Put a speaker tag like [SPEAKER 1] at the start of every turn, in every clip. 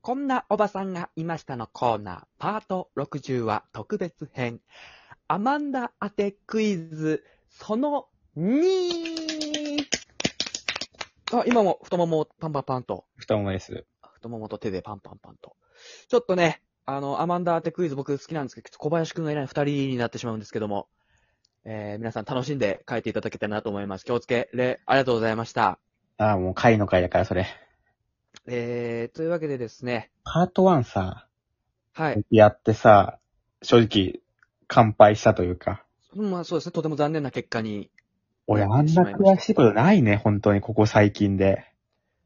[SPEAKER 1] こんなおばさんがいましたのコーナー、パート60は特別編。アマンダ当てクイズ、その2あ、今も太ももをパンパンパンと、
[SPEAKER 2] 太ももです。
[SPEAKER 1] 太ももと手でパンパンパンと。ちょっとね、あの、アマンダ当てクイズ僕好きなんですけど、小林くんがいない二人になってしまうんですけども、えー、皆さん楽しんで書いていただけたらなと思います。気をつけ、れ、ありがとうございました。
[SPEAKER 2] ああ、もう回の回だから、それ。
[SPEAKER 1] えー、というわけでですね、
[SPEAKER 2] パート1さ、
[SPEAKER 1] はい。
[SPEAKER 2] やってさ、正直、乾杯したというか。
[SPEAKER 1] まあそうですね、とても残念な結果に。
[SPEAKER 2] 俺、あんな悔しいことないね、本当に、ここ最近で。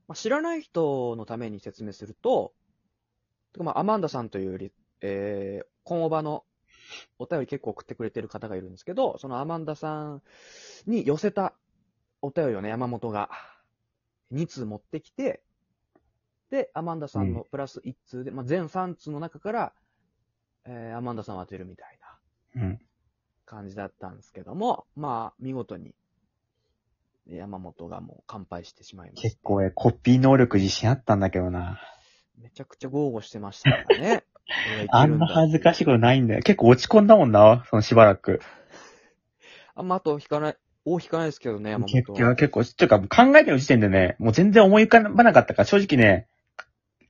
[SPEAKER 1] まあ、知らない人のために説明すると、てかまあ、アマンダさんというリ、えー、コンオバのお便り結構送ってくれてる方がいるんですけど、そのアマンダさんに寄せたお便りをね、山本が2通持ってきて、で、アマンダさんのプラス1通で、まあ、全3通の中から、えー、アマンダさんを当てるみたいな。
[SPEAKER 2] うん。
[SPEAKER 1] 感じだったんですけども、まあ、見事に、山本がもう完敗してしまいました。
[SPEAKER 2] 結構、俺、コピー能力自信あったんだけどな。
[SPEAKER 1] めちゃくちゃ豪語してました からね。
[SPEAKER 2] あんな恥ずかしいこと
[SPEAKER 1] い。
[SPEAKER 2] ないんだよ。結構落ち込んだもんな、そのしばらく。
[SPEAKER 1] あんま後を引かない、尾を引かないですけどね、山
[SPEAKER 2] 結
[SPEAKER 1] 本
[SPEAKER 2] 構、
[SPEAKER 1] は。
[SPEAKER 2] 結構、っていうか、考えてる時点でね、もう全然思い浮かばなかったから、正直ね、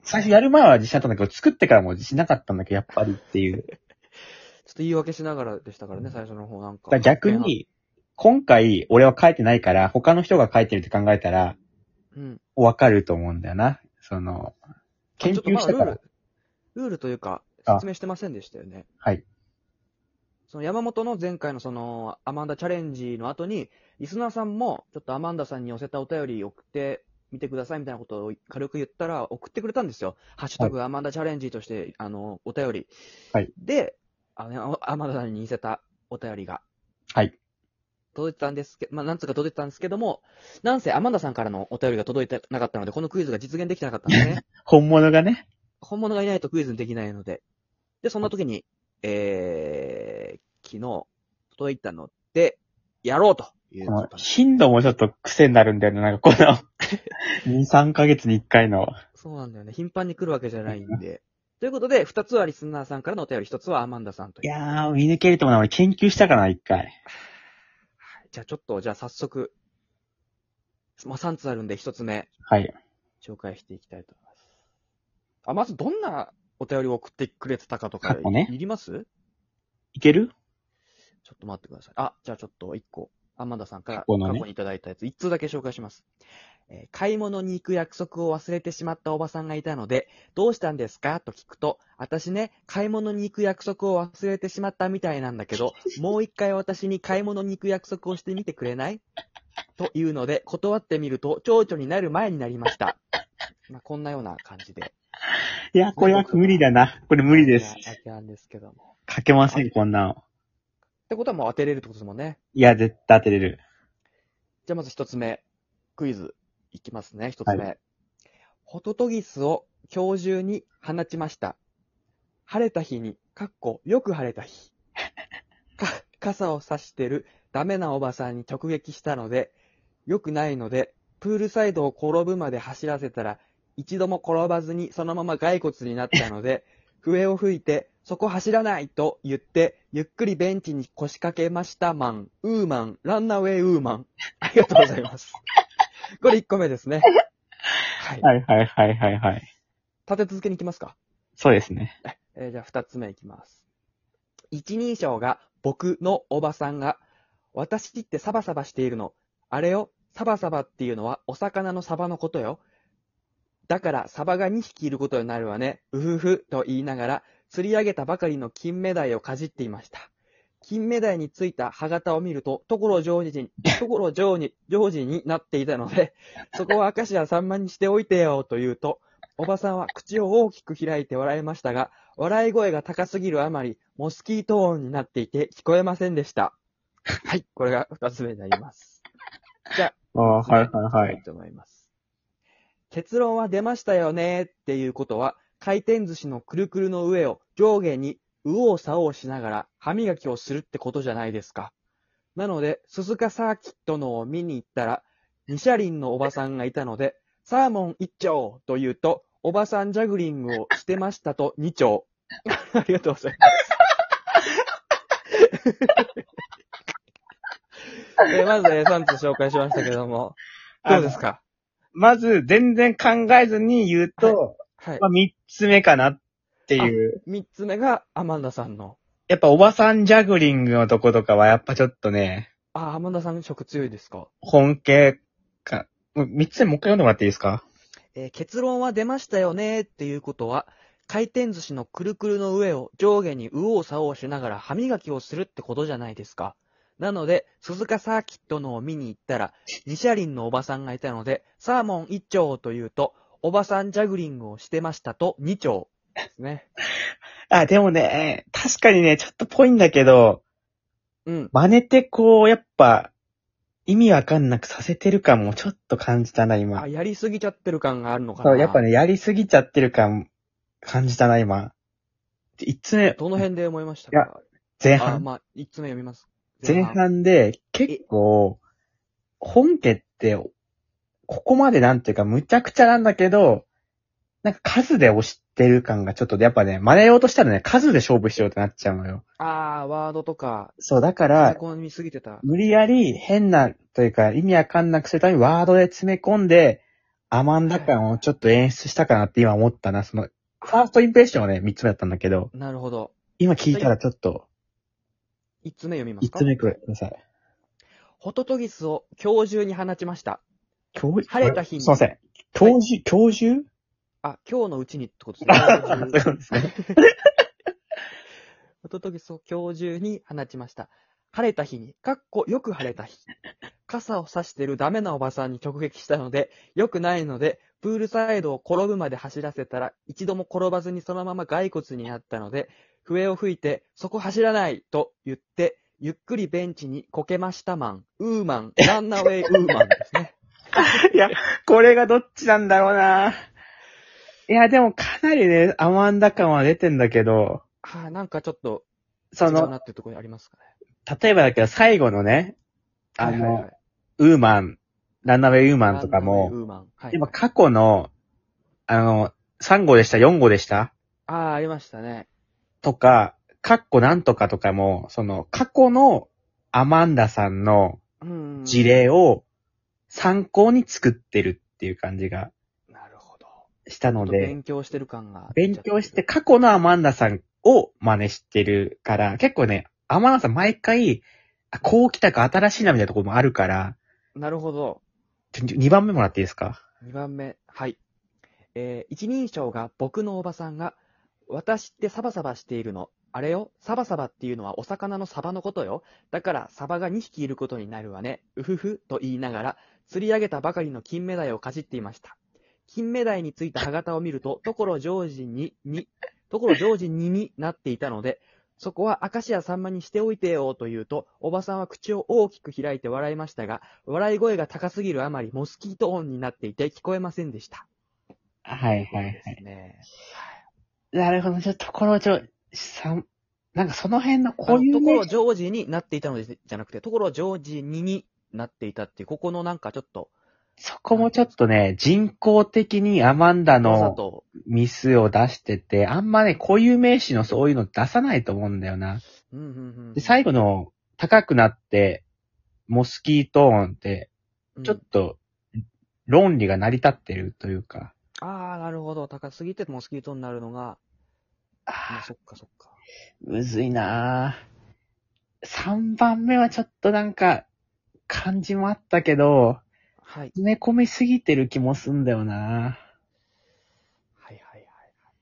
[SPEAKER 2] 最初やる前は自信あったんだけど、作ってからもう自信なかったんだけど、やっぱりっていう。
[SPEAKER 1] ちょっと言い訳しながらでしたからね、最初の方なん
[SPEAKER 2] だ
[SPEAKER 1] か。
[SPEAKER 2] から逆、に、今回俺は書いてないから、他の人が書いてるって考えたら、
[SPEAKER 1] うん。
[SPEAKER 2] わかると思うんだよな。その、研
[SPEAKER 1] ちょっとま
[SPEAKER 2] 究
[SPEAKER 1] あ
[SPEAKER 2] したか
[SPEAKER 1] ルー
[SPEAKER 2] ら
[SPEAKER 1] ル。、ルールというか、
[SPEAKER 2] あ
[SPEAKER 1] 説明してませんでしたよね。
[SPEAKER 2] はい。
[SPEAKER 1] その山本の前回のその、アマンダチャレンジの後に、リスナーさんも、ちょっとアマンダさんに寄せたお便り送ってみてくださいみたいなことを軽く言ったら、送ってくれたんですよ。ハッシュタグアマンダチャレンジとして、あの、お便り。
[SPEAKER 2] はい。
[SPEAKER 1] で、あの、アマンダさんに寄せたお便りが
[SPEAKER 2] はい。
[SPEAKER 1] 届いてたんですけど、まあ、なんつうか届いてたんですけども、なんせアマンダさんからのお便りが届いてなかったので、このクイズが実現できてなかったんですね。
[SPEAKER 2] 本物がね、
[SPEAKER 1] 本物がいないとクイズにできないので。で、そんな時に、えー、昨日、届いたので、やろうという
[SPEAKER 2] こ
[SPEAKER 1] こ
[SPEAKER 2] の
[SPEAKER 1] と。
[SPEAKER 2] 頻度もちょっと癖になるんだよね。なんかこ の、2、3ヶ月に1回の。
[SPEAKER 1] そうなんだよね。頻繁に来るわけじゃないんで。ということで、二つはリスナーさんからのお便り、一つはアマンダさんと
[SPEAKER 2] い
[SPEAKER 1] いう。
[SPEAKER 2] やー、見抜けると思うな。俺研究したからな、1回。
[SPEAKER 1] じゃあちょっと、じゃあ早速、まあ、三つあるんで、一つ目、
[SPEAKER 2] はい。
[SPEAKER 1] 紹介していきたいと思います。あ、まずどんなお便りを送ってくれてたかとか
[SPEAKER 2] 過去、ね
[SPEAKER 1] いります
[SPEAKER 2] いける
[SPEAKER 1] ちょっと待ってください。あ、じゃあちょっと一個、アマンダさんから過
[SPEAKER 2] 過去
[SPEAKER 1] 去
[SPEAKER 2] のね
[SPEAKER 1] にいただいたやつ、一通だけ紹介します。えー買い物に行く約束を忘れてしまったおばさんがいたので、どうしたんですかと聞くと、私ね、買い物に行く約束を忘れてしまったみたいなんだけ ど、もう一回私に買い物に行く約束をしてみてくれないというので、断ってみると、蝶々になる前になりました。まあ、こんなような感じで。
[SPEAKER 2] いや、これは無理だな。これ無理です
[SPEAKER 1] こん。なわけなんですけども。
[SPEAKER 2] 書けません、こんなの。
[SPEAKER 1] ってことはもう当てれるってことですもんね。
[SPEAKER 2] いや、絶対当てれる。
[SPEAKER 1] じゃあまず一つ目、クイズいきますね、一つ目。
[SPEAKER 2] は
[SPEAKER 1] ホトトギスを今日中に放ちました。晴れた日に、 かっこよく晴れた日。か、傘を差してるダメなおばさんに直撃したので、良くないので、プールサイドを転ぶまで走らせたら、一度も転ばずにそのまま骸骨になったので、 笛を吹いて、そこ走らないと言って、ゆっくりベンチに腰掛けましたマン、ウーマン、ランナウェイウーマン。ありがとうございます。これ1個目ですね。はい。
[SPEAKER 2] はいはいはいはいはい。
[SPEAKER 1] 立て続けに行きますか。
[SPEAKER 2] そうですね。
[SPEAKER 1] えーじゃあ2つ目いきます。一人称が僕のおばさんが、私ってサバサバしているの。あれよ、サバサバっていうのはお魚のサバのことよ。だからサバが2匹いることになるわね。うふふと言いながら、釣り上げたばかりの金目鯛をかじっていました。金目鯛についた歯型を見ると、ところジョージに、ところジョージ、ジョージになっていたので、そこは明石家さんまにしておいてよと言うと、おばさんは口を大きく開いて笑いましたが、笑い声が高すぎるあまり、モスキート音になっていて聞こえませんでした。はい、これが二つ目になります。
[SPEAKER 2] ああ、はいはいはい。
[SPEAKER 1] と思います。結論は出ましたよねっていうことは、回転寿司のくるくるの上を上下に右往左往しながら歯磨きをするってことじゃないですか。なので、鈴鹿サーキットのを見に行ったら、二車輪のおばさんがいたので、サーモン一丁と言うと、おばさんジャグリングをしてましたと2丁。ありがとうございます。 えーまず、えー、3つ紹介しましたけども、どうですか
[SPEAKER 2] まず、全然考えずに言うと、
[SPEAKER 1] はい
[SPEAKER 2] ま。あ、三つ目かなっていう。
[SPEAKER 1] 3つ目がアマンダさんの。
[SPEAKER 2] やっぱおばさんジャグリングのとことかは、やっぱちょっとね、
[SPEAKER 1] あ、アマンダさん食強いですか
[SPEAKER 2] 本気か。もう三つ目もう一回読んでもらっていいですか
[SPEAKER 1] えー結論は出ましたよねっていうことは、回転寿司のくるくるの上を上下に右往左往しながら歯磨きをするってことじゃないですか。なので、鈴鹿サーキットのを見に行ったら、二車輪のおばさんがいたので、サーモン一丁というと、おばさんジャグリングをしてましたと二丁ですね。
[SPEAKER 2] あ、でもね、確かにね、ちょっとぽいんだけど、
[SPEAKER 1] うん。
[SPEAKER 2] 真似てこう、やっぱ、意味わかんなくさせてる感もちょっと感じたな、今
[SPEAKER 1] あ、。やりすぎちゃってる感があるのかな。
[SPEAKER 2] そう、やっぱ。ね、やりすぎちゃってる感、感じたな、今。で一つ目、
[SPEAKER 1] どの辺で思いました
[SPEAKER 2] いや
[SPEAKER 1] か
[SPEAKER 2] 前
[SPEAKER 1] あ、
[SPEAKER 2] 半。
[SPEAKER 1] まあ、一つ目読みます。
[SPEAKER 2] 前半で、結構、本家って、ここまでなんていうか、むちゃくちゃなんだけど、なんか数で押してる感がちょっとで、やっぱね、真似ようとしたらね、数で勝負しようってなっちゃうのよ。
[SPEAKER 1] あー、ワードとか、
[SPEAKER 2] そう、だか
[SPEAKER 1] 詰
[SPEAKER 2] ら
[SPEAKER 1] め、込みすぎてた。
[SPEAKER 2] 無理やり変な、というか、意味わかんなくするためにワードで詰め込んで、アマンダ感をちょっと演出したかなって今思ったな、その、ファーストインプレッションはね、三つ目だったんだけど、
[SPEAKER 1] なるほど。
[SPEAKER 2] 今聞いたらちょっと、
[SPEAKER 1] 一つ目読みます
[SPEAKER 2] 一
[SPEAKER 1] か
[SPEAKER 2] つ目ください。
[SPEAKER 1] ホトトギスを今日中に放ちました。
[SPEAKER 2] 教
[SPEAKER 1] 晴れた日に
[SPEAKER 2] すいません。教授、教授
[SPEAKER 1] あ、今日のうちにってことです
[SPEAKER 2] そう いう
[SPEAKER 1] ね。
[SPEAKER 2] ことですね。
[SPEAKER 1] ホトトギスを今日中に放ちました。晴れた日に、かっこよく晴れた日。傘を差してるダメなおばさんに直撃したので、良くないので、プールサイドを転ぶまで走らせたら、一度も転ばずにそのまま骸骨になったので、笛を吹いて、そこ走らないと言って、ゆっくりベンチにこけましたマン、ウーマン、ランナウェイウーマンですね。
[SPEAKER 2] いや、 これがどっちなんだろうな。いや、でもかなりね、アマンダ感は出てんだけど、
[SPEAKER 1] はあ、なんかちょっと、違
[SPEAKER 2] そうの、
[SPEAKER 1] なっていうところにありますかね。
[SPEAKER 2] 例えばだけど最後のね、あの、
[SPEAKER 1] はいはいはい
[SPEAKER 2] ウーマン、ランナウェイウーマンとか
[SPEAKER 1] ランナウェイ
[SPEAKER 2] も、
[SPEAKER 1] ウーマン。はい。
[SPEAKER 2] 今過去の、あの、3号でした、4号でした
[SPEAKER 1] ああ、ありましたね。
[SPEAKER 2] とか、カッコなんとかとかも、その、過去のアマンダさんの
[SPEAKER 1] うん。
[SPEAKER 2] 事。例を参考に作ってるっていう感じが
[SPEAKER 1] なるほど。
[SPEAKER 2] した
[SPEAKER 1] ちょっ
[SPEAKER 2] の
[SPEAKER 1] と
[SPEAKER 2] で、
[SPEAKER 1] 勉強してる感が。
[SPEAKER 2] 勉強して。過去のアマンダさんを真似してるから、結構ね、アマンダさん毎回、あこう来たか新しいなみたいなところもあるから、
[SPEAKER 1] なるほど。
[SPEAKER 2] 2番目もらっていいですか
[SPEAKER 1] 2番目。はい。えー一人称が僕のおばさんが、私ってサバサバしているの。あれよ、サバサバっていうのはお魚のサバのことよ。だからサバが2匹いることになるわね。うふふと言いながら、釣り上げたばかりの金目鯛をかじっていました。金目鯛についた歯型を見ると、所ジョージに、に、所ジョージにになっていたので、そこは明石家さんまにしておいてよと言うと、おばさんは口を大きく開いて笑いましたが、笑い声が高すぎるあまり、モスキート音になっていて聞こえませんでした。
[SPEAKER 2] はいはいは
[SPEAKER 1] で
[SPEAKER 2] い。
[SPEAKER 1] すね。
[SPEAKER 2] なるほど、ちょっとところちょ、さん、なんかその辺のこ
[SPEAKER 1] こ
[SPEAKER 2] ういう
[SPEAKER 1] ところ
[SPEAKER 2] ね、
[SPEAKER 1] ジョージになっていたので、じゃなくて、ところジョージにになっていたっていう、ここのなんかちょっと、
[SPEAKER 2] そこもちょっとね、人工的にアマンダ
[SPEAKER 1] わざ
[SPEAKER 2] の
[SPEAKER 1] と、
[SPEAKER 2] ミスを出してて、あんまね、固有名詞のそういうの出さないと思うんだよな。
[SPEAKER 1] うんうんうん。
[SPEAKER 2] で、最後の高くなって、モスキート音って、
[SPEAKER 1] うん
[SPEAKER 2] ちょっと、論理が成り立ってるというか。
[SPEAKER 1] ああ、なるほど。高すぎてモスキートになるのが、まあ、
[SPEAKER 2] ああ、
[SPEAKER 1] そっかそっか。
[SPEAKER 2] むずいなぁ。3番目はちょっとなんか、感じもあったけど、
[SPEAKER 1] はい。
[SPEAKER 2] 詰め込みすぎてる気もすんだよな
[SPEAKER 1] はいはいはい。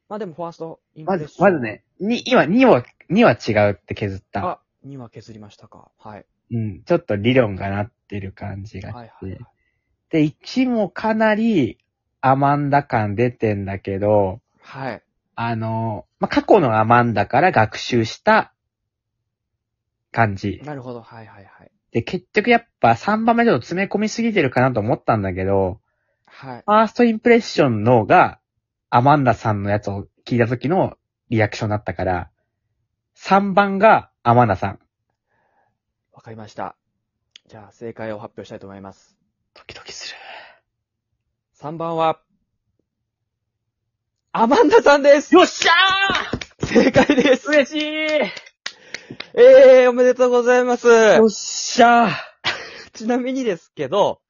[SPEAKER 1] まあでも、ファーストインプ
[SPEAKER 2] ま
[SPEAKER 1] レッ
[SPEAKER 2] ず、
[SPEAKER 1] ショ
[SPEAKER 2] ま
[SPEAKER 1] ン
[SPEAKER 2] ず。ね、に、今、2は、2は違うって削った。
[SPEAKER 1] あ、2は削りましたか。はい。
[SPEAKER 2] うん、ちょっと理論がなってる感じが
[SPEAKER 1] はい
[SPEAKER 2] し
[SPEAKER 1] は
[SPEAKER 2] て。
[SPEAKER 1] いはい。
[SPEAKER 2] で、1もかなり、アマンダ感出てんだけど、
[SPEAKER 1] はい。
[SPEAKER 2] あの、まあ、過去のアマンダから学習した感じ。
[SPEAKER 1] なるほど。はいはいはい。
[SPEAKER 2] で、結局やっぱ3番目ちょっと詰め込みすぎてるかなと思ったんだけど、
[SPEAKER 1] はい。
[SPEAKER 2] ファーストインプレッションのが、アマンダさんのやつを聞いた時のリアクションだったから、3番がアマンダさん。
[SPEAKER 1] わかりました。じゃあ、正解を発表したいと思います。
[SPEAKER 2] ドキドキする。
[SPEAKER 1] 3番は、アマンダさんです
[SPEAKER 2] よっしゃ
[SPEAKER 1] 正解です
[SPEAKER 2] ー嬉しい
[SPEAKER 1] ええー、おめでとうございます
[SPEAKER 2] よっしゃー
[SPEAKER 1] ちなみにですけど、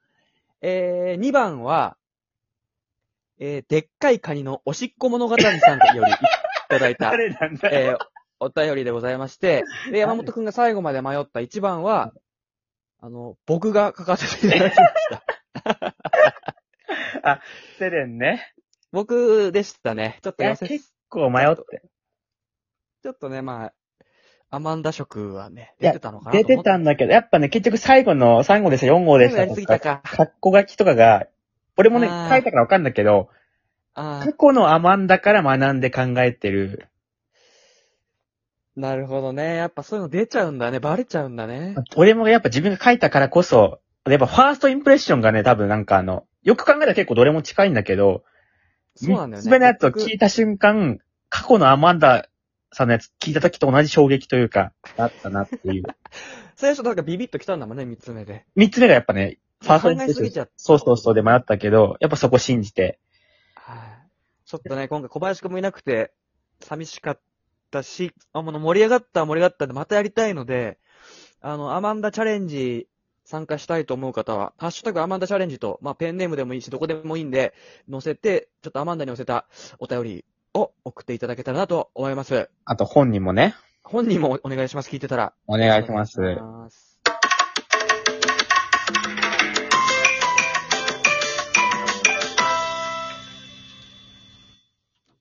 [SPEAKER 1] えー、2番は、えー、でっかいカニのおしっこ物語さんよりいただい た、
[SPEAKER 2] 誰なんだよ。
[SPEAKER 1] えー、お便りでございまして、で、山本くんが最後まで迷った1番は、あの、僕が書かせていただきました。
[SPEAKER 2] セレンね。
[SPEAKER 1] 僕でしたね。ちょっと
[SPEAKER 2] いや
[SPEAKER 1] 痩せ、
[SPEAKER 2] 結
[SPEAKER 1] ち
[SPEAKER 2] こう迷って。
[SPEAKER 1] ょっとね、まあ、アマンダ色はね、
[SPEAKER 2] いや
[SPEAKER 1] 出てたのかなと
[SPEAKER 2] 出
[SPEAKER 1] 思
[SPEAKER 2] てたんだけど、やっぱね、結局最後の3号でした、4号でし
[SPEAKER 1] や
[SPEAKER 2] た
[SPEAKER 1] り
[SPEAKER 2] と
[SPEAKER 1] すぎた
[SPEAKER 2] か、
[SPEAKER 1] か。
[SPEAKER 2] 格好書きとかが、俺もね、
[SPEAKER 1] あー
[SPEAKER 2] 書いたからわかんないけど、
[SPEAKER 1] あ
[SPEAKER 2] 過去のアマンダから学んで考えてる。
[SPEAKER 1] ーなるほどね。やっぱそういうの出ちゃうんだね。バレちゃうんだね。
[SPEAKER 2] 俺もやっぱ自分が書いたからこそ、やっぱファーストインプレッションがね、多分なんかあの、よく考えたら結構どれも近いんだけど、
[SPEAKER 1] そうなんだよね。
[SPEAKER 2] 三つ目のやつを聞いた瞬間、過去のアマンダさんのやつ聞いた時と同じ衝撃というか、だったなっていう。
[SPEAKER 1] 最初なんかビビッときたんだもんね、三つ目で。
[SPEAKER 2] 三つ目がやっぱね、ファーストインプ
[SPEAKER 1] 考え
[SPEAKER 2] レッシ
[SPEAKER 1] すぎ
[SPEAKER 2] ョン。
[SPEAKER 1] ちゃった。
[SPEAKER 2] そうそうそうで迷ったけど、やっぱそこ信じて。
[SPEAKER 1] はい。ちょっとね、今回小林くんもいなくて、寂しかったし、あもう盛り上がった盛り上がったんで、またやりたいので、あの、アマンダチャレンジ参加したいと思う方は、ハッシュタグアマンダチャレンジと、まあ、ペンネームでもいいし、どこでもいいんで、載せて、ちょっとアマンダに載せたお便りを送っていただけたらなと思います。
[SPEAKER 2] あと本人もね、
[SPEAKER 1] 本人もお願いします、聞いてたら。
[SPEAKER 2] お願いします
[SPEAKER 1] お願いします